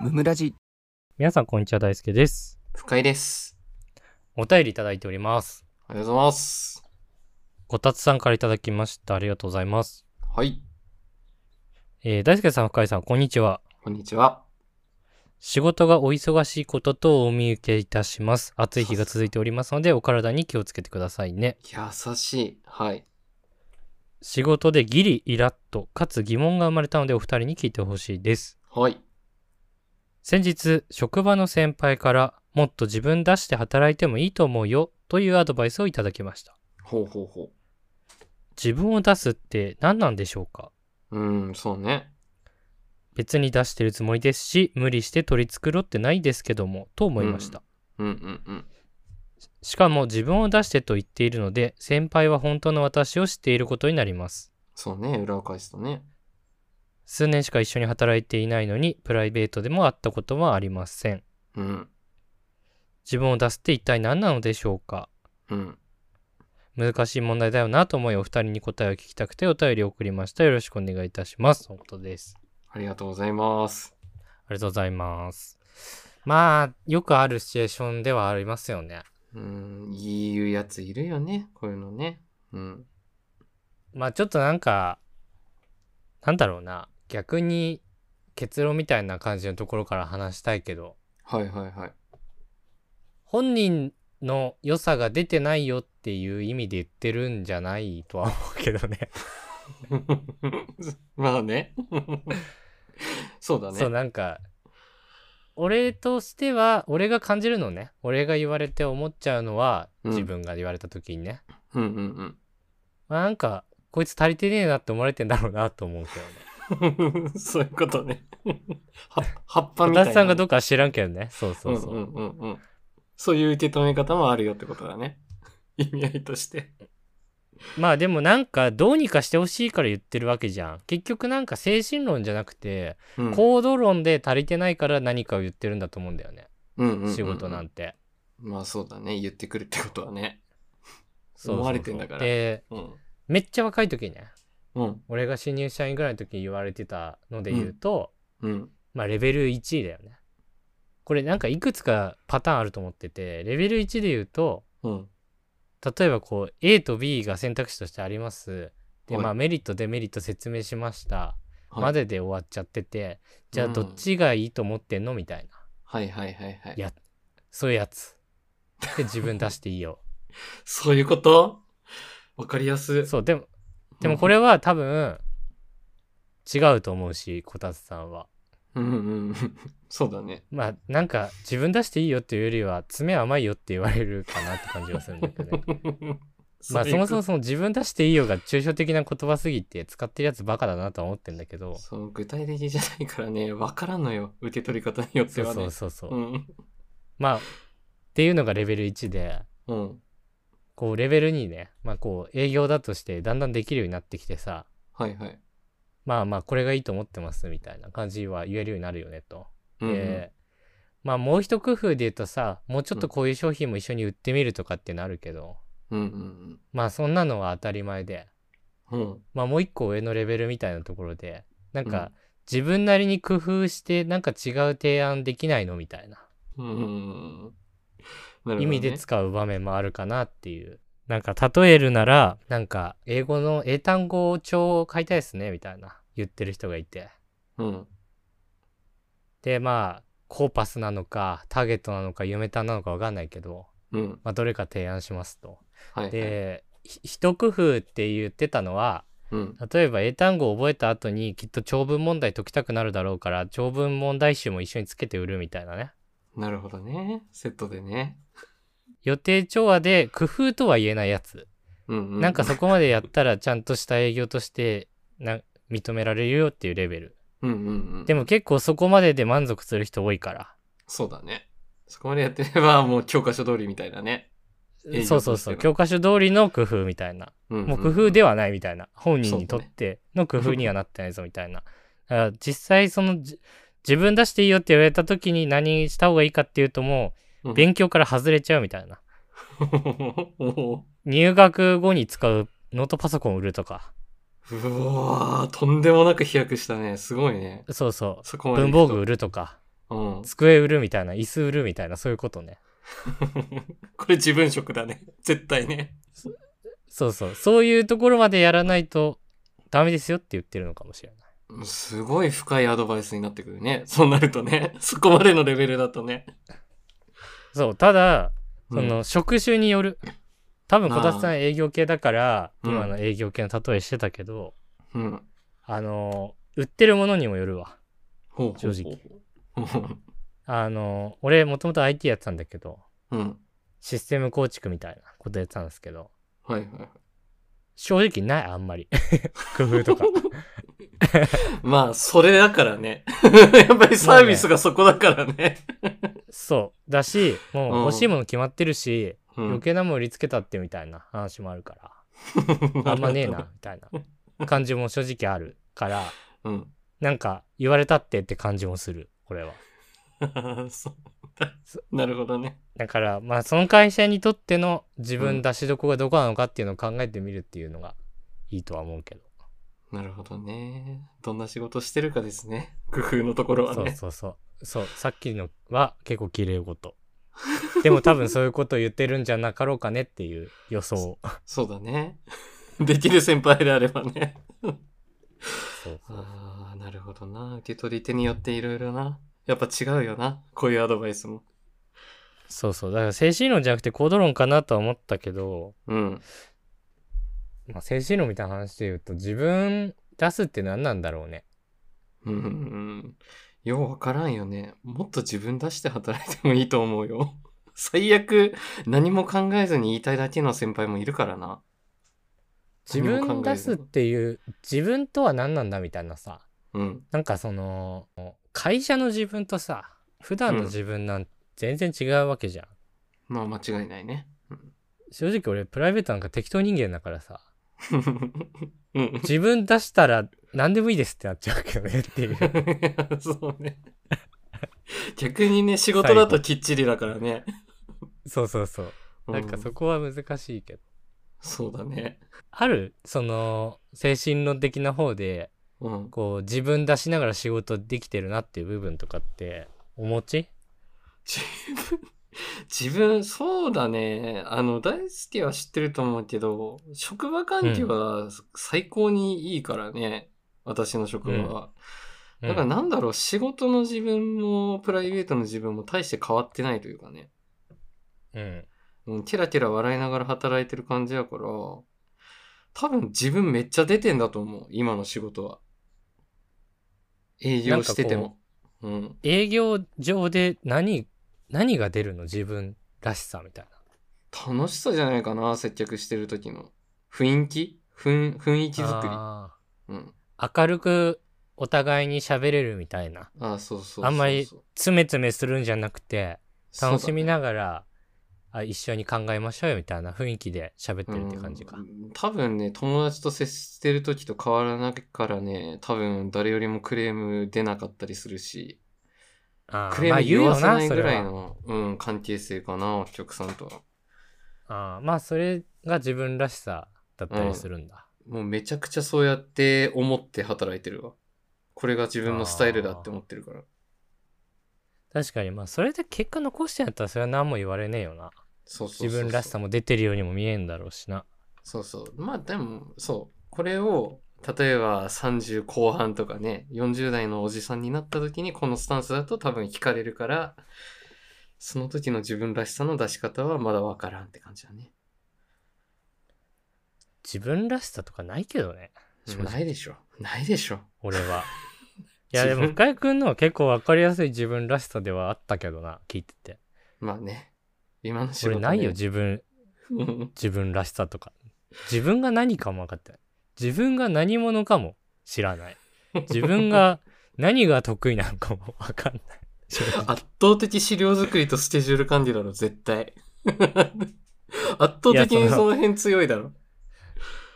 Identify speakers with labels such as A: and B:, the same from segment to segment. A: ムラジ
B: 皆さん、こんにちは。大輔です。
C: 深井です。
B: お便りいただいております。
C: ありがとうございます。
B: こたつさんからいただきました。ありがとうございます。
C: はい。
B: えー、大輔さん、深井さん、こんにちは。
C: こんにちは。
B: 仕事がお忙しいこととお見受けいたします。暑い日が続いておりますので、お体に気をつけてくださいね。
C: 優しい。はい。
B: 仕事でギリイラッと、かつ疑問が生まれたので、お二人に聞いてほしいです。
C: はい。
B: 先日職場の先輩からもっと自分出して働いてもいいと思うよというアドバイスをいただきました
C: ほうほうほ
B: 自分を出すって何なんでしょうか
C: う。うーん、そうね。
B: 別に出してるつもりですし無理して取り繕ってないですけどもと思いました、
C: うんうんうん。
B: しかも自分を出してと言っているので先輩は本当の私を知っていることになります
C: そうね。裏を返すとね。
B: 数年しか一緒に働いていないのにプライベートでも会ったことはありません
C: うん。
B: 自分を出すって一体何なのでしょうか
C: うん。
B: 難しい問題だよなと思いお二人に答えを聞きたくてお便りを送りましたよろしくお願いいたしますとのことです
C: ありがとうございます。
B: ありがとうございますまあよくあるシチュエーションではありますよね
C: うーん、言うやついるよね。こういうのね。うん。
B: まあちょっとなんかなんだろうな逆に結論みたいな感じのところから話したいけど
C: はいはいはい。
B: 本人の良さが出てないよっていう意味で言ってるんじゃないとは思うけどね
C: まあね。 そうだね。
B: そうなんか俺としては俺が感じるのね俺が言われて思っちゃうのは、
C: うん
B: 自分が言われた時にね、
C: うんうん
B: まあ、なんかこいつ足りてねえなって思われてんだろうなと思うけどね
C: うん。 そういうことね。は葉っぱみたい
B: 小
C: な。
B: 田さんがどうかは知らんけどねそうそうそう,、
C: うんうんうんうん。そういう受け止め方もあるよってことだ ね。意味合いとして。
B: まあでもなんかどうにかしてほしいから言ってるわけじゃん結局なんか精神論じゃなくて、
C: うん
B: 行動論で足りてないから何かを言ってるんだと思うんだよね、
C: うんうんうんうん
B: 仕事なんて
C: まあそうだね。言ってくるってことはね。
B: そうそうそう
C: 思われてんだから
B: で
C: うん。
B: めっちゃ若い時ね
C: うん。
B: 俺が新入社員ぐらいの時に言われてたので言うと、
C: うん。
B: まあ、レベル1だよね。これなんかいくつかパターンあると思ってて、レベル1で言うと、
C: うん。
B: 例えばこう、A と B が選択肢としてあります。で、
C: はい
B: まあ、メリット、デメリット説明しました。
C: はい
B: までで終わっちゃってて、じゃあ
C: うん
B: どっちがいいと思ってんのみたいな。
C: はいはいはいはい。
B: いやそういうやつ。で、自分出していいよ。
C: そういうことわかりやすい。
B: そう、でも、でもこれは多分、違うと思うし、こたつさんは。
C: うんうんうん。 そうだね。
B: まあ、なんか、自分出していいよっていうよりは、爪甘いよって言われるかなって感じがするんだけどね。 まあそもそもその自分出していいよが抽象的な言葉すぎて使ってるやつバカだなとは思ってんだけど
C: もそう、具体的じゃないからね、わからんのよ。受け取り方によって
B: そう
C: は
B: そ
C: ね。
B: うそうそう、
C: うん。
B: まあっていうのがレベル1で
C: うん。
B: こうレベル2ねまあこう営業だとしてだんだんできるようになってきてさ
C: はいはい。
B: まあまあこれがいいと思ってますみたいな感じは言えるようになるよねと。
C: うんうん
B: でまあもう一工夫で言うとさもうちょっとこういう商品も一緒に売ってみるとかってなるけど、
C: うんうん
B: まあそんなのは当たり前で
C: うん。うん。
B: まあもう一個上のレベルみたいなところでなんか、
C: うん
B: 自分なりに工夫してなんか違う提案できないのみたいな
C: うんうんうんうん。なるほどね
B: 意味で使う場面もあるかなっていう。なんか例えるならなんか英語の英単語帳を買いたいですねみたいな言ってる人がいて
C: うん。
B: でまあコーパスなのかターゲットなのか夢単なのかわかんないけど、
C: うん。
B: まあ、どれか提案しますと。
C: はいはい。
B: でひ一工夫って言ってたのは
C: うん。
B: 例えば英単語を覚えた後にきっと長文問題解きたくなるだろうから長文問題集も一緒につけて売るみたいなね
C: なるほどね。セットでね。
B: 予定調和で工夫とは言えないやつ、
C: うん、うん。
B: なんかそこまでやったらちゃんとした営業としてな認められるよっていうレベル
C: うんうんうん。
B: でも結構そこまでで満足する人多いから
C: そうだね。そこまでやってれば、もう教科書通りみたいなね。営業として
B: そ
C: の
B: うそうそう教科書通りの工夫みたいな
C: うん、
B: もう工夫で
C: は。
B: はないみたいな本人にとっての工夫にはなってないぞみたいなだから実際そのじ自分出していいよって言われた時に何した方がいいかっていうとも
C: う
B: うん勉強から外れちゃうみたいな
C: おお
B: 入学後に使うノートパソコンを売るとか
C: うわーとんでもなく飛躍したね。すごいね。
B: そうそ
C: そこ
B: う
C: まで。
B: 文房具売
C: 具。
B: るとか
C: うん。
B: 机売るみたいな、椅子売るみたいな、そういうことね。
C: これ自分職だね。絶対ね。
B: そうそう。そういうところまでやらないとダメですよって言ってるのかもしれない。
C: すごい深いアドバイスになってくるね。そうなるとね。そこまでのレベルだとね。
B: そう、ただ、
C: う
B: そ
C: ん
B: の、職種による。多分、
C: あ
B: 小
C: ー
B: 田さん営業系だから、
C: うん
B: 今の営業系の例えしてたけど、
C: うん。
B: あの、売ってるものにもよるわ。
C: ほうほうほう
B: 正直。あの、俺、もともと IT やってたんだけど、
C: うん。
B: システム構築みたいなことやってたんですけど、
C: はいはい。
B: 正直ない、あんまり。 工夫とか。
C: まあ、それだからね。 やっぱりサービスがそこだからね。
B: そう。だし、もう
C: うん
B: 欲しいもの決まってるし、
C: う
B: 余
C: ん。
B: 計なもの売りつけたってみたいな話もあるから。 あんまねえな、みたいな感じも正直あるから、
C: うん。
B: なんか言われたってって感じもする、これは。
C: そうなるほどね。
B: だから、まあその会社にとっての自分出しどこがどこなのかっていうのを考えてみるっていうのがいいとは思うけど。
C: なるほどね。どんな仕事してるかですね。工夫のところは
B: そう
C: ね。
B: そうそう。そう、さっきのは結構綺麗事。でも多分そういうことを言ってるんじゃなかろうかねっていう予想。
C: そうだね。 できる先輩であればね。
B: そう
C: ああ、なるほどな。受け取り手によっていろいろな。やっぱ違うよな。こういうアドバイスも。
B: そうそう。だから精神論じゃなくて行動論かなとは思ったけど、
C: うん。
B: まあ精神論みたいな話で言うと自分出すって何なんだろうね。
C: うんうんうん。ようわからんよね。もっと自分出して働いてもいいと思うよ。 最悪、何も考えずに言いたいだけの先輩もいるからな。
B: 自分出すっていう自分とは何なんだみたいなさ
C: うん。
B: なんかその会社の自分とさ普段の自分なんて全然違うわけじゃん、
C: まあ間違いないね。うん。
B: 正直俺プライベートなんか適当人間だからさ
C: うん。
B: 自分出したら何でもいいですってなっちゃうけどねってい う
C: そうね。逆にね、仕事だときっちりだからね。
B: そうそうそうなんか
C: う
B: そこは難しいけど、
C: そうだね。
B: あるその精神論的な方で
C: うん。
B: こう自分出しながら仕事できてるなっていう部分とかってお持ち
C: 自分、自分、そうだね。あの、大輔は知ってると思うけど、職場環境は最高にいいからね。私の職場は。
B: うん
C: だからなんだろう、仕事の自分も、プライベートの自分も大して変わってないというかね。
B: うん
C: うん、ケラケラ笑いながら働いてる感じやから、多分自分めっちゃ出てんだと思う。今の仕事は。営業してても。うん。
B: 営業上で何何が出るの自分らしさみたい
C: 楽しさじゃないかな接客してる時の雰囲気雰雰囲気
B: な
C: 作り
B: あ
C: うん
B: ー明るくお互いに喋れるみたいな
C: ああそうそうそう
B: あんまりつめつめするんじゃなくて
C: そうだね
B: 楽しみながら、あ一緒に考えましょうよみたいな雰囲気で喋ってるって感じか、
C: うん多分ね友達と接してる時と変わらないからね多分誰よりもクレーム出なかったりするし
B: あ
C: ク
B: ー
C: レ
B: まあ
C: ーム
B: 言
C: 言
B: う
C: わ
B: よ
C: さ
B: な
C: ない
B: そ
C: ぐ
B: れ
C: らい
B: は
C: の、うん、関係性かなお客さんとは
B: あーまあそれが自分らしさだったりするんだ、
C: もうめちゃくちゃそうやって思って働いてるわこれが自分のスタイルだって思ってるから
B: 確かにまあそれで結果残してやったらそれは何も言われねえよな
C: そうそうそうそう
B: 自分らしさも出てるようにも見えんだろうしな
C: そうそう。まあでも、そう。これを、例えば30後半とかね、40代のおじさんになった時にこのスタンスだと多分惹かれるから、その時の自分らしさの出し方はまだわからんって感じだね。
B: 自分らしさとかないけどね正直
C: ないでしょ。ないでしょ。
B: 俺 は。い
C: 自
B: や
C: 分
B: でも深井くんのは結構分かりやすい自分らしさではあったけどな聞いてて
C: まあね。今の仕
B: 俺
C: 事、ね。
B: ないよ自分
C: 分。
B: 自分らしさとか自分が何かも分かってない自分が何者かも知らない自 分が何が得意なのかも分かんない正直
C: 圧倒的資料作りとスケジュール管理だろ、絶 対。圧倒的
B: い
C: に
B: やその
C: その辺強いだろ。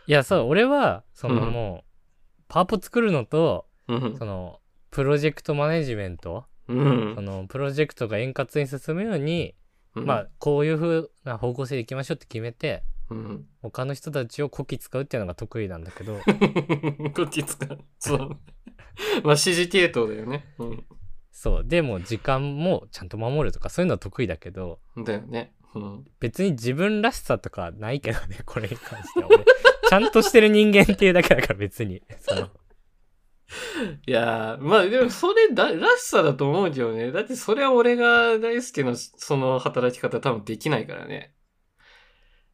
B: いやそう俺はその
C: うん
B: もうパワポ作るのと
C: うん
B: そ。のプロジェクトマネジメント
C: うん
B: そ。のプロジェクトが円滑に進むように
C: うん
B: まあ、こういう風な方向性でいきましょうって決めて
C: うん。
B: 他の人たちをこき使うっていうのが得意なんだけど
C: こっち使う。そう。まあ、指示系統だよね。うん。
B: そう。でも時間もちゃんと守るとかそういうのは得意だけど、
C: だよね。うん。
B: 別に自分らしさとかないけどね、 これに関しては俺。ちゃんとしてる人間っていうだけだから別に。その
C: いやー、まあでもそれだ、らしさだと思うけどね。だってそれは俺が大輔のその働き方多分できないからね。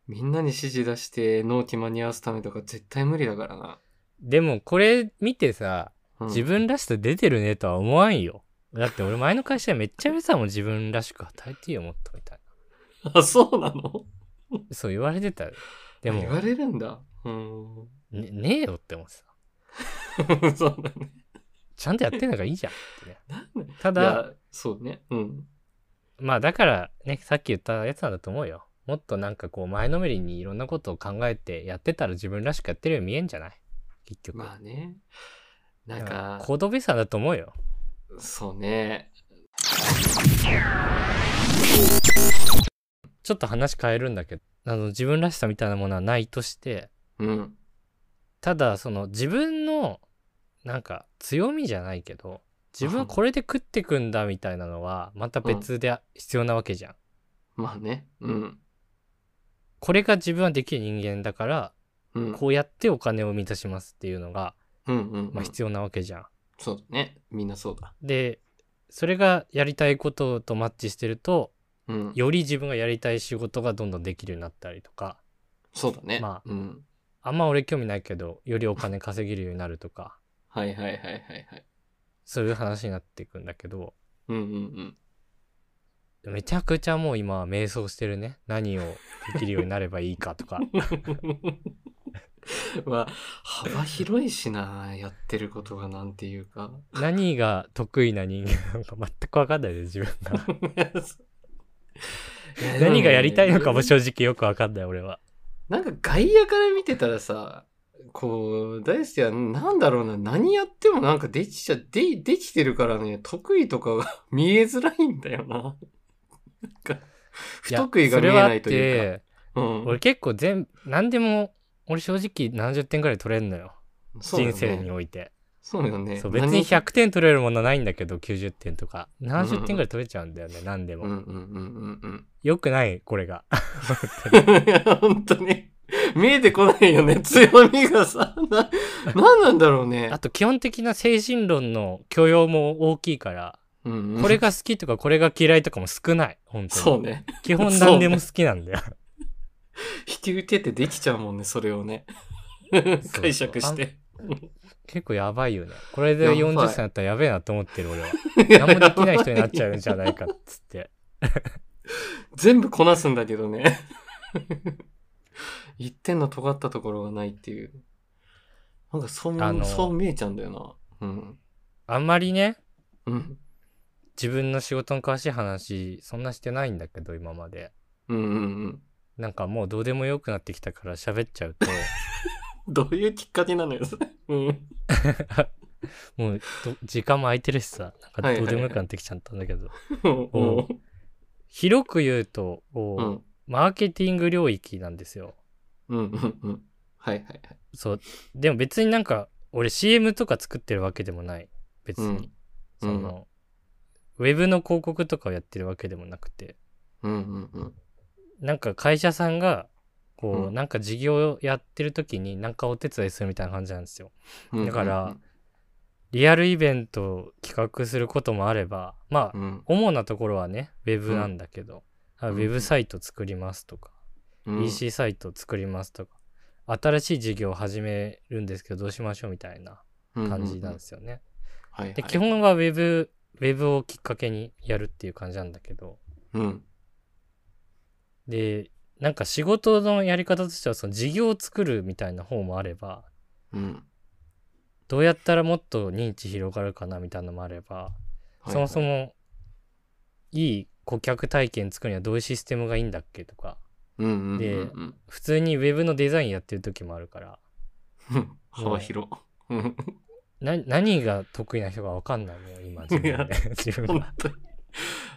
C: みんなに指示出して納期間に合わすためとか絶対無理だからな。
B: でもこれ見てさ、
C: うん
B: 自分らしさ出てるねとは思わんよ。だって俺前の会社めっちゃめさもん自分らしく働いていいよもっとみたい
C: あ、そうなの
B: な。そう言われてたよ。でも
C: 言、われるんだ。うん。
B: ねねえよって思ってさ。
C: そうだね。
B: ちゃんとやってんだからいいじゃ んってね。た
C: い
B: だ、
C: や、そうね。うん。
B: まあだからね、さっき言ったやつなんだと思うよ。もっとなんかこう前のめりにいろんなことを考えてやってたら自分らしくやってるように見えんじゃない結局。
C: まあね。なん
B: だら
C: か、
B: 行動ベースなんだと思うよ。
C: そうね。
B: ちょっと話変えるんだけど、あの自分らしさみたいなものはないとして、
C: うん。
B: ただその自分のなんか強みじゃないけど、自分は
C: うん
B: これで食ってくんだみたいなのはまた別で必要なわけじゃん。
C: まあね。うん。
B: これが自分はできる人間だから、
C: うん。
B: こうやってお金を生み出しますっていうのが、
C: うんうん、うん。
B: まあ必要なわけじゃん。
C: そうだね。みんなそうだ。
B: でそれがやりたいこととマッチしてると
C: うん。
B: より自分がやりたい仕事がどんどんできるようになったりとか
C: そうだね。
B: まあ
C: うん。
B: あんま俺興味ないけどよりお金稼げるようになるとか
C: はいはいはいはいはい。
B: そういう話になっていくんだけど
C: うんうんうん。
B: めちゃくちゃもう今は迷走してるね何をできるようになればいいか とか
C: まあ、幅広いしな、やってることがなんていうか。
B: 何が得意な人間なのか全く分かんないで自分が何がやりたいのかも
C: れ
B: 正直よく分かんない俺は
C: ない。なんか外野から見てたらさ、こう、大輔はなんだろうな、何やってもなんかできちゃ、で、できてるからね、得意とかが 見えづらいんだよな。なんか、不得意が見えないと
B: やそれ
C: いう
B: はあって
C: か。うん
B: 俺結構全何でも俺正直70点ぐらい取れんのよ
C: そうだよ
B: 人
C: ね
B: 生において
C: そうよね。
B: そう別に100点取れるものはないんだけど90点とか70点ぐらい取れちゃうんだよね、何でも、
C: うんうんうんうん
B: よくないこれが
C: うん。本当に。見えてこないよね。強みがさ。な、なんなんだろうね
B: あ。と基本的な精神論の許容も大きいから
C: うんうん
B: これが好きとかこれが嫌いとかも少ない本当に
C: そうね。
B: 基本何でも好きなんだよ
C: 引き受けてできちゃうもんね、それをね。
B: そう
C: 解釈して。
B: 結構やばいよねこれで
C: やばい
B: 40歳になったらやべえなと思ってる俺は
C: やば
B: 何
C: い
B: もできない人になっちゃうんじゃないかっつって
C: 全部こなすんだけどね。一点の尖ったところがないっていう。なんかそう、
B: あの
C: そう見えちゃうんだよな。うん。
B: あんまりね
C: うん。
B: 自分の仕事の詳しい話そんなしてないんだけど今まで
C: うんうんうん。
B: なんかもうどうでもよくなってきたから喋っちゃうと
C: どういうきっかけなのよ、それ。うん。
B: もうど時間も空いてるしさ、な
C: は
B: ん
C: いはい
B: か
C: は
B: どう
C: い
B: でもよくなってきちゃったんだけど、
C: も
B: 広く言うと、
C: う
B: こう
C: うん。
B: マーケティング領域なんですよ。
C: うんうんうん。はいはいはい。
B: そう、でも別になんか、俺 CM とか作ってるわけでもない。別に。
C: うん
B: その、ウェブの広告とかをやってるわけでもなくて、
C: うんうんうん。
B: なんか会社さんが、こう、
C: うん
B: なんか事業やってる時になんかお手伝いするみたいな感じなんですよ。
C: うん
B: だから、リアルイベントを企画することもあれば、まあ、
C: うん
B: 主なところはね、ウェブなんだけど、あ
C: う
B: ウ
C: ん
B: ェブサイト作りますとか、
C: うん、。
B: EC サイト作りますとか、新しい事業を始めるんですけど、どうしましょうみたいな感じなんですすよね。
C: はいはい。
B: で、基本はウェブ、ウェブをきっかけにやるっていう感じなんだけど、
C: うん。
B: で、なんか仕事のやり方としては、その事業を作るみたいな方もあれば、
C: うん。
B: どうやったらもっと認知広がるかなみたいなのもあれば、そもそ
C: も。
B: もいい顧客体験作るにはどういうシステムがいいんだっけとか、
C: うんうんうんうん。
B: で普通にウェブのデザインやってる時もあるから
C: うん幅広。うん
B: な何が得意な人が分かんないもん今自分
C: いや
B: で 自分
C: 本
B: が
C: 当に。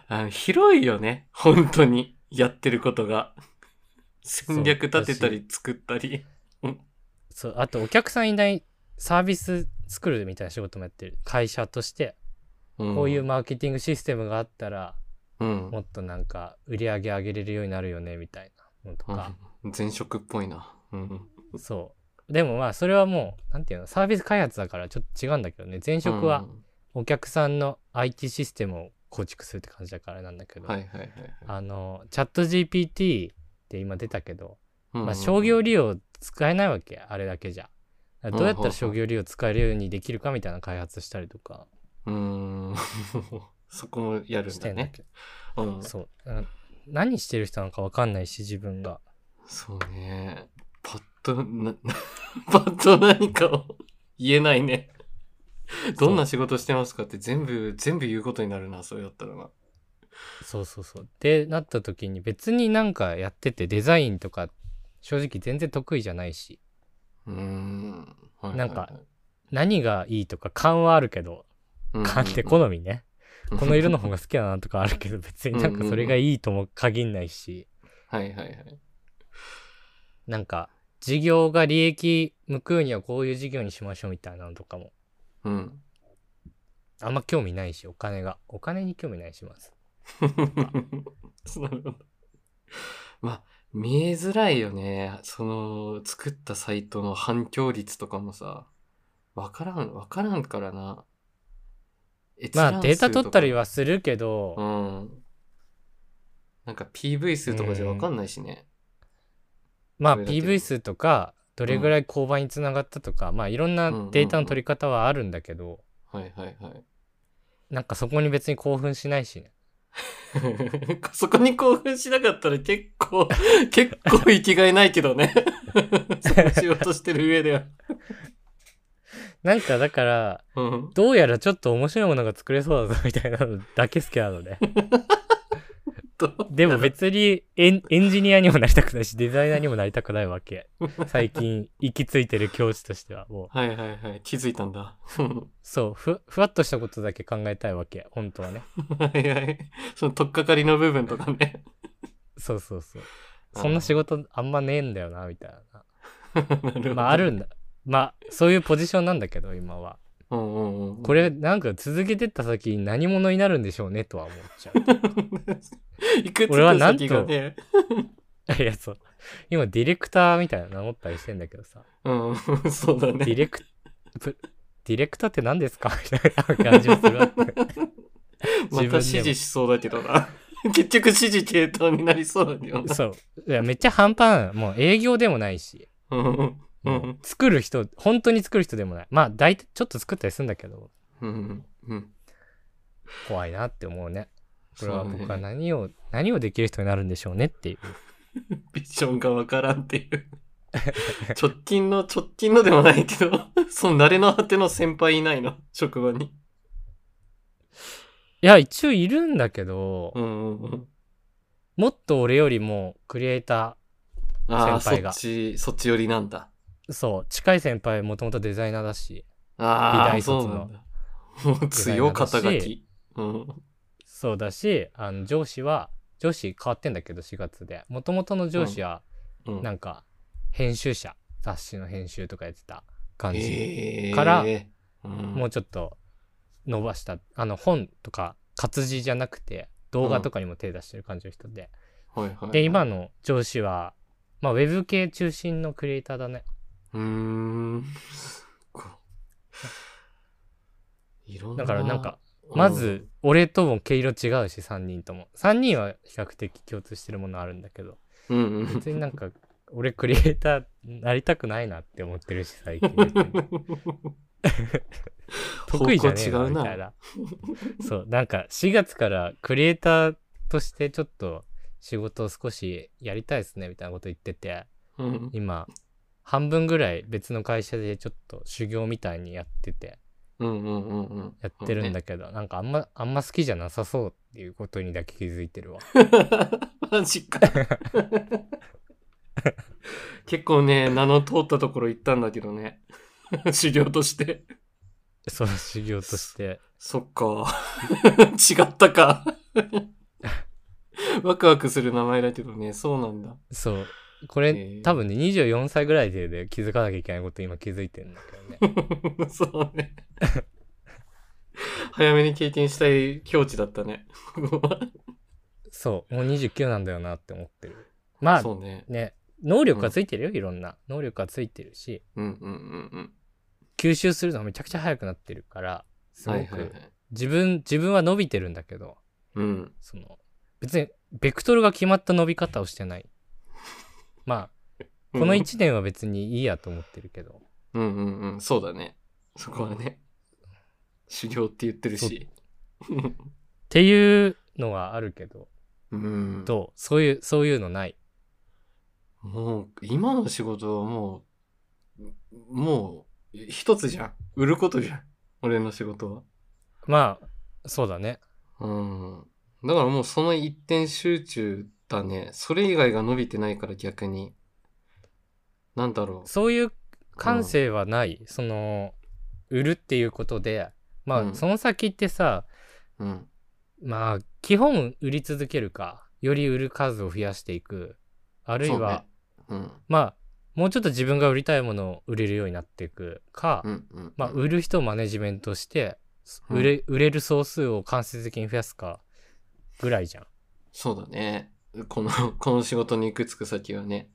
C: あの広いよね。本当に。やってることが。
B: う
C: 戦略立てたり作ったり。
B: そうあとお客さんいないサービス作るみたいな仕事もやってる会社として
C: うん
B: こういうマーケティングシステムがあったら、
C: うん
B: もっとなんか売り上げ上げれるようになるよねみたいなのとか、
C: うん前職っぽいな。うん。
B: そうでもまあそれはもうなんていうのサービス開発だからちょっと違うんだけどね前職はお客さんの IT システムを構築するって感じだからあれなんだけ
C: うん。
B: ど、
C: はいはいはいはい。
B: あのチャット GPT って今出たけど、
C: うん
B: まあ、商業利用使えないわけあれだけじゃだからどうやったら商業利用使えるようにできるかみたいな開発したりとか
C: うーん。そこもやるん
B: して
C: だ
B: んだ
C: ね。
B: けど、
C: うん。
B: そうな何してる人なのか分かんないし自分が
C: そうね。パッと、な、 パッと何かを言えないね。どんな仕事してますかって全部、全部言うことになるな、それだったらな。
B: そうそうそう。でなった時に別になんかやっててデザインとか正直全然得意じゃないし
C: うーん。はいはいはい
B: なんか、何がいいとか勘はあるけど勘って好みねこの色の方
C: が。
B: が好きだなとかあるけど別になんかそれがいいとも限んないし
C: はいはいはい。
B: なんか事業が利益向くにはこういう事業にしましょうみたいなのとかも
C: うん。
B: あんま興味ないしお金がお金に興味ないします
C: なるほど。まあ、見えづらいよね。その、作ったサイトの反響率とかもさ、わからん、わからんからな。閲覧
B: まあデータ
C: 数と
B: 取
C: か
B: ったりはするけど、
C: うん。なんか PV 数とかじゃわかんないしね。
B: まあ
C: それだけで
B: PV 数とかどれぐらい購買につながったとか、まあいろんなデータの取り方はあるんだけど、
C: はいはいはい。
B: なんかそこに別に興奮しないしね。
C: そこに興奮しなかったら結構、 結構生きがいないけど ね。その仕事してる上では。
B: なんかだから、
C: うん。
B: どうやらちょっと面白いものが作れそうだぞみたいなのだけ好きなのね。
C: と
B: でも別にエンエンジニアにもなりたくないし、デザイナーにもなりたくないわ け。最近行き着いてる境地としては、もう。
C: はいはいはい。気づいたんだ。
B: そう、ふ、ふわっとしたことだけ考えたいわけ。本当はね。
C: はいはい。その取っかかりの部分とかね。
B: そうそうそう。そんな仕事あんまねえんだよな、みたい
C: なるほ
B: な。
C: ど
B: まあある。んだ。まあ、そういうポジションなんだけど、今は。
C: うんうんうん。
B: これ、なんか続けてった先に何者になるんでしょうね、とは思っちゃう。
C: いくつ
B: 俺は
C: か
B: なんと
C: 先がね。
B: い や、そう。今、ディレクターみたいな名乗ったりしてんだけどさ。
C: うん、 そうだ
B: ディ
C: ね。
B: レク、プディレクターって何ですかみたいな感 じもするわけ。
C: また指示しそうだけどな。 結局指示系統になりそうだけどな。
B: そう。いや、めっちゃ半端ない。もう営業でもないし、
C: うんう
B: もうん作る人、本当に作る人でもない。まあ、大体、ちょっと作ったりするんだけど、
C: うんうん。
B: 怖いなって思うね。これは
C: そう
B: 僕
C: だ
B: は
C: ね
B: 何を、何をできる人になるんでしょうねっていう。
C: ビジョンがわからんっていう。 直近の、直近のでもないけど、 その慣れの果ての先輩いないの、職場に。
B: いや、一応いるんだけど
C: う、んうんうん。
B: もっと俺よりも、クリエイタ
C: ああ、
B: 先
C: そ
B: 輩
C: っ
B: が
C: ち、そっち寄りなんだ。
B: ー、そう、近い先輩、もともとデザイナーだし、
C: ああ、
B: 美大
C: そ
B: 卒
C: う
B: の
C: なんだ。もう強い肩書き。うん。
B: そうだしあの上司は上司変わってんだけど4月でもともとの上司は
C: うん
B: なんか編集者、雑誌の編集とかやってた感じ、
C: えー
B: から
C: うん
B: もうちょっと伸ばしたあの本とか活字じゃなくて動画とかにも手出してる感じの人で、
C: はいはいはい
B: で今の上司は、まあ、ウェブ系中心のクリエイターだね
C: うーん。こういろんな。
B: だからなんか、まず俺とも毛色違うし3人とも3人は比較的共通してるものあるんだけど
C: うん、うんうん。
B: 別になんか俺クリエイターなりたくないなって思ってるし最近別 に得意じゃねえ
C: 方
B: な
C: 向違う
B: み
C: な
B: たいな そうなんか4月からクリエイターとしてちょっと仕事を少しやりたいですねみたいなこと言ってて
C: うん
B: 今半分ぐらい別の会社でちょっと修行みたいにやってて
C: うんうんうんうん。
B: やってるんだけど、なんかあんまあんま好きじゃなさそうっていうことにだけ気づい てるわ
C: マジ か。結構ね、名の通ったところ行ったんだけどね。 修行として。
B: その修行として
C: そっか。 違ったか。 ワクワクする名前だけどね、そうなんだ。
B: そう。こ
C: へ
B: れ
C: ー
B: 多分ね24歳ぐらいでで気 づかなきゃいけないこと今気づいてるんだけどね。
C: そうね。 早めに経験したい境地だったね。
B: そうもう29なんだよなって思ってるま あ
C: そうね。
B: ね能力がついてるよ、いろんな能力がついてるし
C: うんうんうん
B: 吸収するのがめちゃくちゃ早くなってるからす
C: うん。
B: ご
C: は
B: く、
C: いはいはい。
B: 自分自分は伸びてるんだけど
C: うん。
B: その別にベクトルが決まった伸び方をしてないまあこの1年は別にいいやと思ってるけど、
C: うんうんうん。そうだね。そこはね。修行って言ってるし。
B: っていうのはあるけど
C: うん。
B: どうそういうそういうのない
C: もう、今の仕事はもう、もう、一つじゃん。売ることじゃん。俺の仕事は。
B: まあそうだね
C: うん。だからもうその一点集中だね。それ以外が伸びてないから逆に。なんだろ
B: そういう感性はない、その売るっていうことでまあ、
C: うん
B: その先ってさ
C: う。うん。
B: まあ基本売り続けるかより売る数を増やしていくあるいは、
C: そうね。
B: まあもうちょっと自分が売りたいものを売れるようになっていくか、
C: うん。うん。うん。
B: まあ、売る人をマネジメントして、
C: うん
B: 売れ売れる総数を間接的に増やすかぐらいじゃん。
C: そうだね。この、 この仕事に行くつく先はね。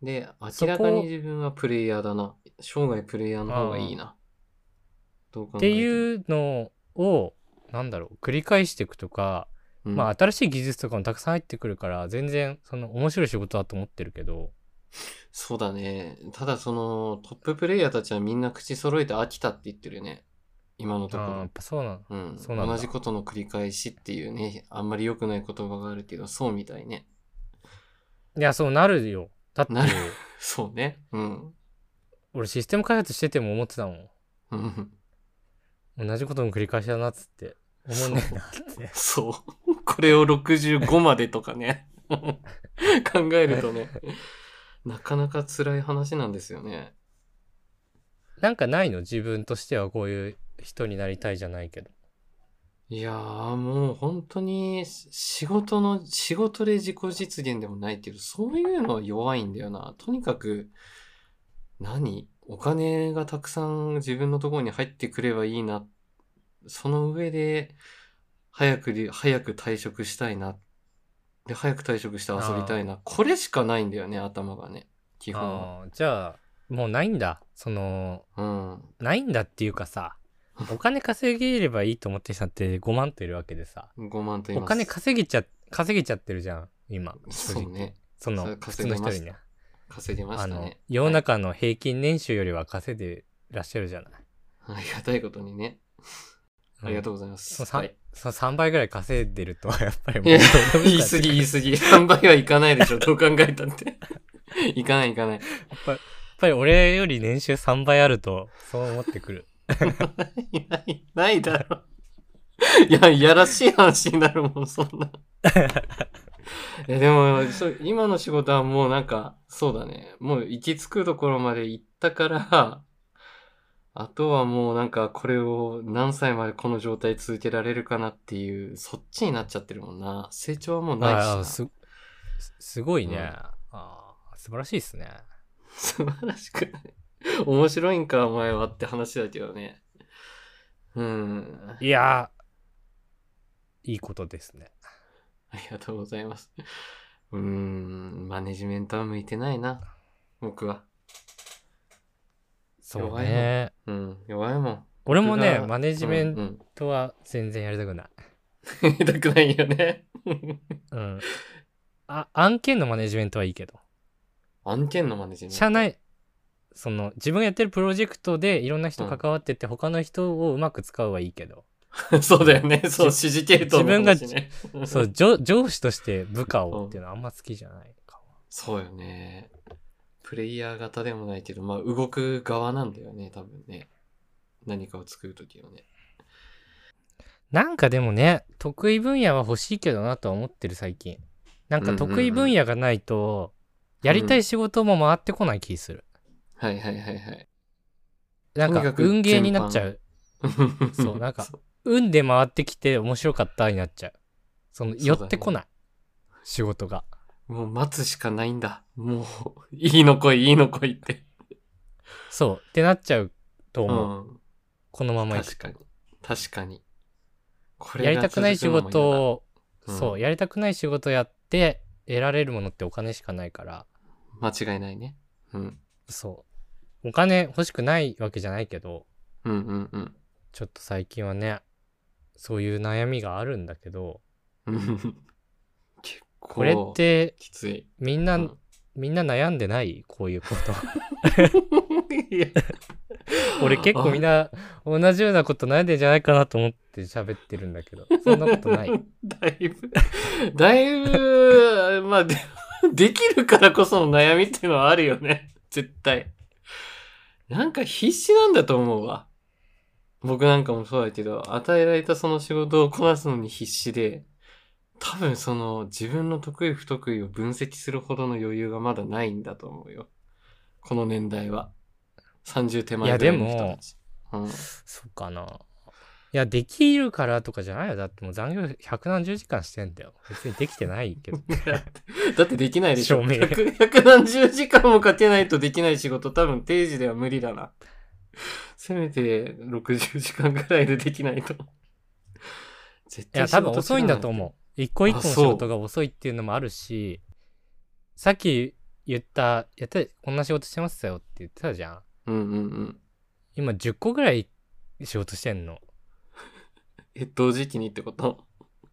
C: で、
B: そ
C: 明
B: こ
C: らかに自分はプレイヤーだな。生涯プレイヤーの方がいいな。どう考え
B: ってて
C: も
B: いうのをなんだろう繰り返していくとか、
C: うん
B: まあ新しい技術とかもたくさん入ってくるから全然その面白い仕事だと思ってるけど
C: そうだね。ただその、トッププレイヤーたちはみんな口揃えて飽きたって言ってるよね。今の
B: あ
C: とこ
B: ーや
C: ろ
B: っ。ぱそうなの
C: うん、
B: そうなんだ
C: 同じことの繰り返しっていうね、あんまり良くない言葉があるけど、そうみたいね。
B: いやそうなるよだって
C: なるそうね。うん。
B: 俺システム開発してても思ってたもん
C: うん
B: 同じことの繰り返しだなっつって思んねえなって
C: そう。 これを65までとかね。 考えるとね、 なかなか辛い話なんですよね。
B: なんかないの自分としてはこういう人になりたいじゃないけど
C: いやーもう本当に仕事の、仕事で自己実現でもないけど、そういうのは弱いんだよな。とにかく、何お金がたくさん自分のところに入ってくればいいな。その上で、早くり、早く退職したいな。で、早く退職して遊びたいな。これしかないんだよね、頭がね。基本は。
B: あーじゃあもうないんだその
C: うん。
B: ないんだっていう かさお金稼げればいいと思ってる人だって5万といるわけでさ
C: 5万と言い
B: お
C: ます。
B: 金稼げちゃ稼げちゃってるじゃん今正直
C: そうね。
B: そ
C: そ
B: の
C: れ
B: 普通の人よりね
C: 稼げま
B: あ
C: した
B: の
C: ね。
B: 世の中の平均年収よりは稼いでらっしゃるじゃない、
C: はいありがたいことにね。ありがと
B: う
C: うございま
B: ん
C: す。
B: その 3,、
C: はい
B: その3倍ぐらい稼いでると やっぱりもう
C: いや
B: どうでも
C: 言
B: よ
C: い
B: くな
C: 過
B: っちゃう
C: ぎ言い過ぎ。3倍はいかないでしょ。どう考えたって。 いかないいかない。
B: やっぱり俺より年収3倍あるとそう思ってくる
C: い ない、ないだろ。 いや、いやらしい話になるもん、そん な。いやでもそう今の仕事はもうなんか、そうだね。もう行き着くところまで行ったから、あとはもうなんかこれを何歳までこの状態続けられるかなっていう、そっちになっちゃってるもんな。成長はもう ないしな。
B: ああすすすごいね、
C: うん
B: ああ素晴らしいですね
C: 素晴らしくない。面白いんか、お前はって話だけどね。うん。
B: いやーいいことですね。
C: ありがとうございます。うん、マネジメントは向いてないな。僕は。
B: そう
C: 弱い
B: ね。
C: うん、弱いもん。
B: 俺もね
C: 僕、が
B: マネジメ
C: う
B: ン
C: ん、
B: トは全然やりたくない。
C: うん、痛くないよね。
B: うん。あ、案件のマネジメントはいいけど。
C: 案件のマネジメント。
B: 社。内、その、自分がやってるプロジェクトでいろんな人
C: うん
B: 関わってて、他の人をうまく使うはいいけど、
C: そうだよね。そう、指示系統の話
B: 自
C: ね。
B: そう、上上司として部下をっていうのはあんま好きじゃないかも。
C: そうよね。プレイヤー型でもないけど、まあ動く側なんだよね、多分ね。何かを作るときはね。
B: なんかでもね、得意分野は欲しいけどなとは思ってる最近。なんか得意分野がないと、やりたい仕事も回ってこない気する。
C: はいはいはいはい。
B: なん
C: とに
B: か
C: かく
B: 運ゲーになっちゃう。そうなん か運で回ってきて面白かったになっちゃう。その
C: そうだね
B: 寄ってこない。仕事が。
C: もう待つしかないんだ。もう、いいの来い、いいの来い って。
B: そう。ってなっちゃうと
C: う
B: 思う。
C: ん。
B: このままいく
C: 確かに。確かに。こ
B: やりたくない仕事
C: を。
B: を、
C: うん
B: そう、やりたくない仕事やって得られるものってお金しかないから、
C: 間違いないね。うん。
B: そう。お金欲しくないわけじゃないけど、
C: うんうんうん
B: ちょっと最近はね、そういう悩みがあるんだけど、
C: うん。結構。
B: これって
C: きつい。
B: みんな、
C: うん
B: みんな悩んでないこういう こと。
C: いや
B: 俺結構みんな同じようなこと悩んでんじゃないかなと思って喋ってるんだけど、そんなことない。。
C: だいぶ、だいぶ、まあ、でできるからこその悩みっていうのはあるよね。絶対。なんか必死なんだと思うわ。僕なんかもそうだけど、与えられたその仕事をこなすのに必死で、多分その自分の得意不得意を分析するほどの余裕がまだないんだと思うよ。この年代は。30手前ぐらいの人たち。うん
B: そうかな。いや、できるからとかじゃないよ。だってもう残業百何十時間してんだよ。別にできてない けど。
C: だってできないでしょ。
B: 証明
C: 百百何十時間もかけないとできない仕事、多分定時では無理だな。せめて60時間ぐらいでできないと。絶
B: い
C: 対
B: や、多分遅いんだと思う。一個一個の仕
C: あそ
B: 事
C: う
B: が遅いっていうのもあるし、さっき言った、やって、こんな仕事してましたよって言ってたじゃん。
C: う。うんうんうん。
B: 今10個ぐらい仕事してんの。
C: え、同時期にってこと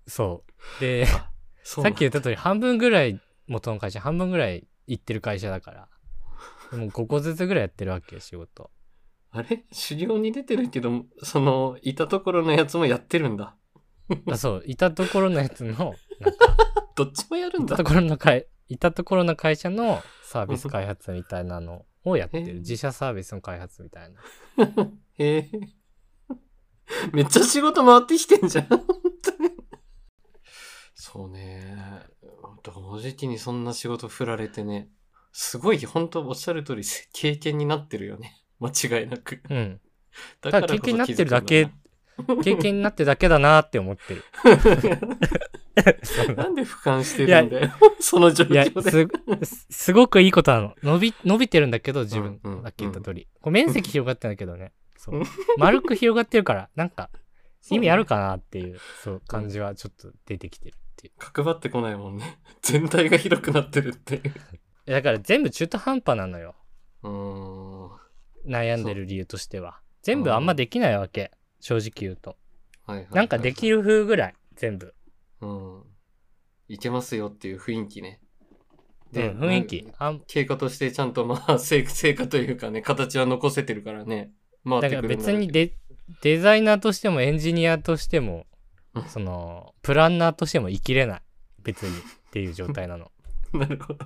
B: そう。で、さ
C: あそう
B: っき言った通り、半分ぐらい元の会社、半分ぐらい行ってる会社だから。でも5個ずつぐらいやってるわけよ、仕 事。
C: あれ修行に出てるけど、その、いたところのやつもやってるんだ。
B: あ、そう。いたところのやつの、なんか
C: どっちもやる
B: い
C: ん
B: た
C: だ
B: と。ころの会、いたところの会社のサービス開発みたいなのをやって
C: え
B: る。自社サービスの開発みたいな。
C: へえ。めっちゃ仕事回ってきてんじゃん。本当にそうね。同時期にそんな仕事振られてね。すごい、本当おっしゃる通り、経験になってるよね。間違いなく。
B: うん。
C: だ
B: ただ経験になってるだけ
C: こ、
B: 経験になってるだけだなって思っ てる。
C: そ気づくんだな
B: その
C: なんで俯瞰してるんだよ。その状
B: いや
C: 況で。
B: す、すごくいいことなの。伸び、伸びてるんだけど、自分、
C: うんうん。
B: さっき言った通り。こう面積広がってんだけどね。そううん丸く広がってるから、なんか、
C: そう
B: 意味あるかなっていう、そう、感じはちょっと出てきてるってい
C: 角張ってこないもんね。全体が広くなってるっていう。
B: う。だから全部中途半端なのよ。
C: うーん。は
B: 悩んでる理由としては。全部あんまできないわけ。正直言うと。
C: いはいはい
B: なんかできる風ぐらい、全部。
C: うん。いけますよっていう雰囲気ね。
B: うん、雰囲気。あん
C: 経過としてちゃんとまあ 成成果というかね形は残せてるからね回っ
B: だ
C: て
B: か
C: く
B: ら
C: るん
B: 別に
C: で
B: デデザイナーとしてもエンジニアとしても
C: うん
B: そのプランナーとしても生きれない別にっていう状態 なの
C: なるほど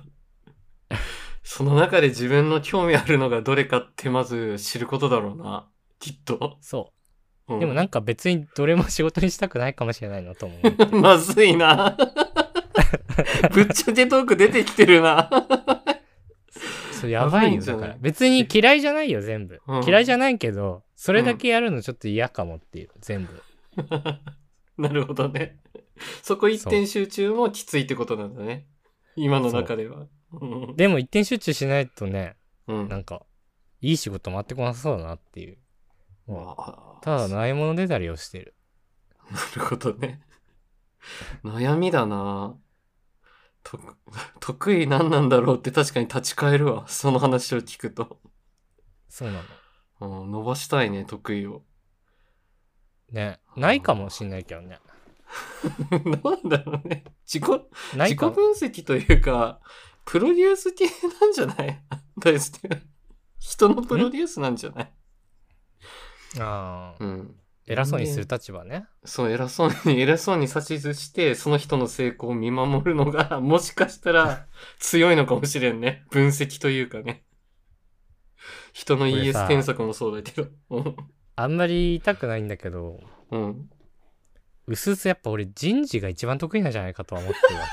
C: その中で自分の興味あるのがどれかってまず知ることだろうなきっと、
B: そううでもなんか別にどれも仕事にしたくないかもしれないなと思う
C: まずいな ぶっちゃけトーク出てきてるな
B: そうやばい
C: やばいん
B: よ
C: じゃ
B: だ
C: ない
B: から別に嫌いじゃないよ全部、
C: うん
B: 嫌いじゃないけどそれだけやるのちょっと嫌かもっていう全部
C: なるほどねそこ一点集中もきついってことなんだね今の中ではうん
B: でも一点集中しないとね
C: うん
B: なんかいい仕事回ってこなさそうだなっていうも
C: あ
B: う
C: ー
B: ただないものねだりをしてる
C: なるほどね。悩みだなと、 得意何なんだろうって確かに立ち返るわ。その話を聞くと。
B: そうなの
C: うん、伸ばしたいね、得意を。
B: ねないかもしんないけどね
C: なんだろうね。自己、
B: な
C: 自己
B: いか
C: 分
B: も
C: 析というか、プロデュース系なんじゃない 大好きな。人のプロデュースなんじゃない
B: ああ、
C: うん。
B: 偉そうにする立場ね。
C: そう、偉そうに、 偉そうに指図して、その人の成功を見守るのが、 もしかしたら強いのかもしれんね。分析というかね。人の
B: これさ
C: ES 添削もそうだけど。うん
B: あんまり言いたくないんだけど、
C: うん。
B: うすうすやっぱ俺人事が一番得意なんじゃないかとは思ってるわ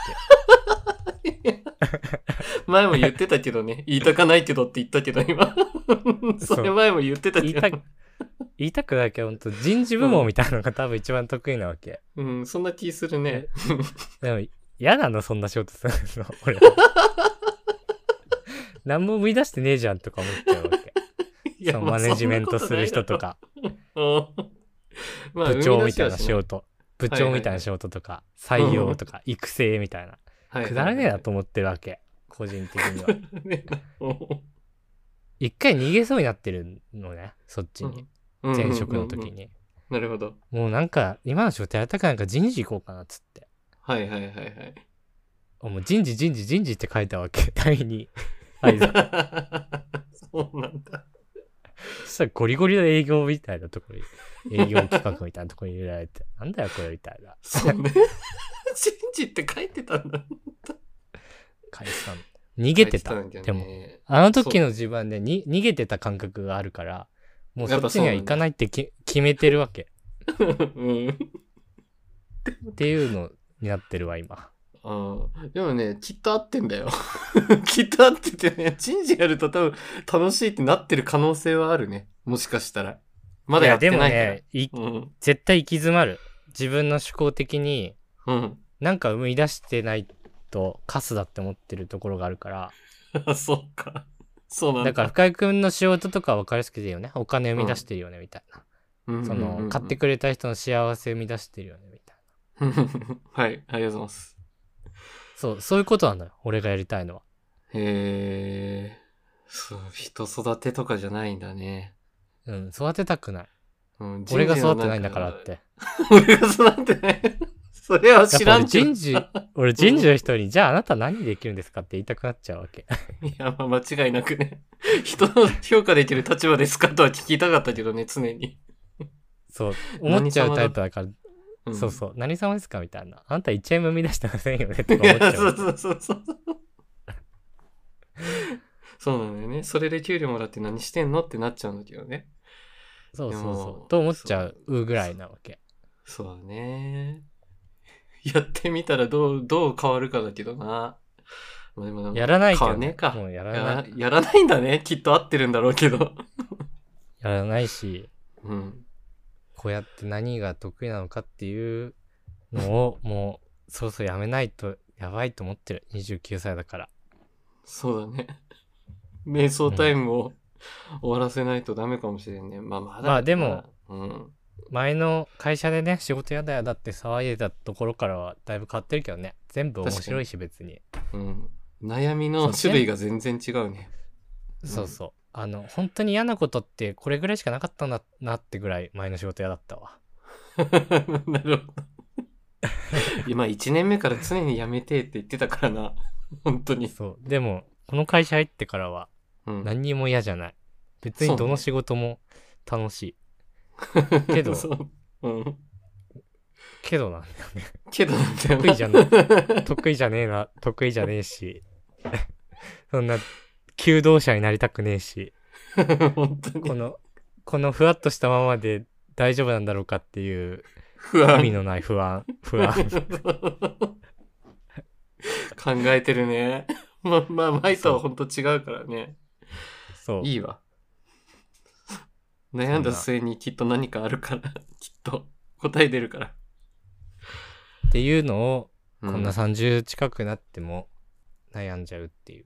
C: 前も言ってたけどね。言いたかないけどって言ったけど、今。 それ前も言ってた
B: け。
C: け
B: 言い
C: ど。
B: たく、言いたくないけど、ほんと人事部門みたいなのが多分一番得意なわけ。
C: うん、そんな気するね。
B: でも、嫌なの、そんな仕事するの、俺。 何も生み出してねえじゃんとか思っちゃうわけ。
C: いや
B: その
C: まあ
B: マネジメントする人とか。
C: そんなことないだろう。うんまあ、
B: 部長みたいな仕
C: 生み出しはし
B: 事部長みたいな仕事とか採用とか育成みたいな
C: ない
B: くだらねえな。と思ってるわけ個人的に
C: はい
B: は
C: はいはいくだら ねえなうん
B: 一回逃げそうになってるのねそっちに
C: うん
B: 前職の
C: う
B: 時
C: んうんうん
B: に
C: なるほど。
B: もうなんか今の仕事やりたくないから人事行こうかなっつって
C: はいはいはいはい。
B: もう人事人事人事って書いたわけ 第二合図
C: そうなんだ。
B: そしたらゴリゴリの営業みたいなところに営業企画みたいなところに入れられて なんだよこれみたいな
C: そうね。信じって書いてたんだ。
B: 解散逃げてた
C: 書いんだよね
B: でも。あの時の自分でに逃げてた感覚があるからもうそっちには行かないってき決めてるわけ
C: うん。
B: っていうのになってるわ今
C: ああ、でもね、きっと合ってんだよ。 きっと合っててね、人事やると多分楽しいってなってる可能性はあるね。もしかしたら。まだやってない
B: い
C: か
B: や
C: ら。
B: でもねい
C: うん。
B: 絶対行き詰まる自分の思考的に
C: うん。
B: なんか生み出してないとカスだって思ってるところがあるから
C: あ、そうか。そうなんだ。
B: だから深井君の仕事とか分かりやすくていいよねお金生み出してるよねみたいな、
C: ら
B: その買ってくれた人の幸せ生み出してるよねみたいな
C: うんうんうんはい、ありがとうございます。
B: そうそういうことなのよ俺がやりたいのは
C: へえ、そう、人育てとかじゃないんだね。
B: うん育てたくない
C: うん、
B: 俺が育ってないんだからっ。て
C: 俺が育ってない。 それは知ら
B: や
C: ん
B: っぱ俺
C: けど
B: 人事俺人事の人にじゃああなた何できるんですかって言いたくなっちゃうわけ
C: いや、まあ、間違いなくね。 人の評価できる立場ですかとは聞きたかったけどね、常に。
B: そう思っちゃうタイプだから
C: ん
B: そうそう何様ですかみたいなあんた1円も生み出してませんよねと か
C: い
B: 思っち
C: や、
B: ゃ
C: そううそうそうそう。そうなんだよね。それで給料もらって何してんのってなっちゃうんだけどね。
B: そうそう
C: で
B: そ
C: も
B: う。と思っちゃうぐらいなわけ。
C: そうだね。やってみたらどう、どう変わるかだけどな。まあでもなんか
B: やらないけ
C: 変
B: ど、
C: わんねえか。
B: もうやらな
C: や
B: い。
C: やらないんだね。 きっと合ってるんだろうけど。
B: やらないし、
C: うん。
B: こうやって何が得意なのかっていうのを、もう、そろそろやめないとやばいと思ってる。29歳だから。
C: そうだね。 瞑想タイムを終わらせないとダメかもしれんね。まあまだ。
B: まあでも。
C: うん。
B: 前の会社でね、仕事やだやだって騒いでたところからはだいぶ変わってるけどね。全部面白いし別に。
C: うん。悩みの種類が全然違うね。 に
B: そうそう。あの、本当に嫌なことってこれぐらいしかなかったんだなってぐらい前の仕事嫌だったわ。
C: なるほど。 今1年目から常にやめてって言ってたからな。 本当に。
B: そう。でも、この会社入ってからは
C: うん。
B: 何にも嫌じゃない。別
C: そう
B: に
C: ね
B: どの仕事も楽 しい。けど
C: そう。うん。
B: けどな、
C: けどなんだよ
B: 得意じゃ ない得意じゃねえな、得意じゃねえし、 そんな、求道者になりたくねえし、
C: 本当
B: こ
C: に
B: の、このふわっとしたままで大丈夫なんだろうかっていう
C: 不
B: 意味
C: 安。
B: のない不安、不安。
C: 考えてるね。 ま、まあ、前とは本当違うからね。
B: そう。
C: いいわ。悩んだ末にきっと何かあるから、 きっと答え出るから。
B: っていうのを、
C: う
B: こんな30近くなっても悩んじゃうっていう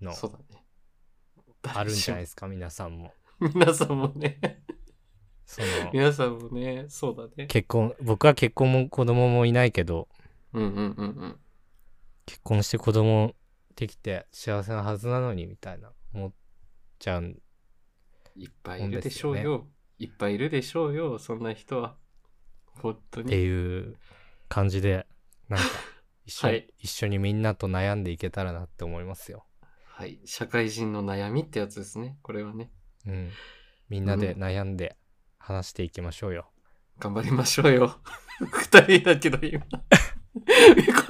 B: の、
C: そうだね。
B: あるんじゃない
C: い
B: ですか、皆さんも。
C: 皆さんもね、
B: その、
C: 皆さんもね、そうだね。
B: 結婚、僕は結婚も子供もいないけど、
C: うんうんうんうん。
B: 結婚して子供できて幸せなはずなのにみたいな思っちゃう
C: いっぱいいるでしょうよ。いっぱいいるでしょうよ、そんな人は。本当
B: って
C: に。
B: いう感じでなん か一緒,、
C: はい
B: 一緒にみんなと悩んでいけたらなって思いますよ。
C: はい。社会人の悩みってやつですね。これはね。
B: うん、みんなで
C: うん
B: 悩んで話していきましょうよ。
C: 頑張りましょうよ。 二人だけど今。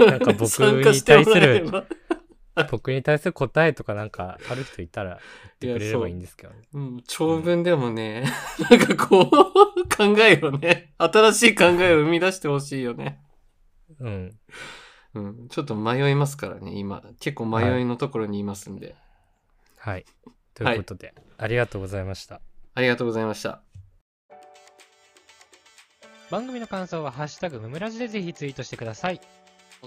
B: なんか僕に
C: 参加してもらえれば
B: 僕に対する答えとかなんかある人いたら言ってくれればいいんですけどね。
C: うん、長文でもね、 なんかこう、考えをね、新しい考えを生み出してほしいよね。
B: うん。
C: うん、ちょっと迷いますからね、今。結構迷いのところにいますんで。
B: はい。ということで、ありがとうございました。
C: ありがとうございました。
B: 番組の感想はハッシュタグムムラジでぜひツイートしてください。チ
C: お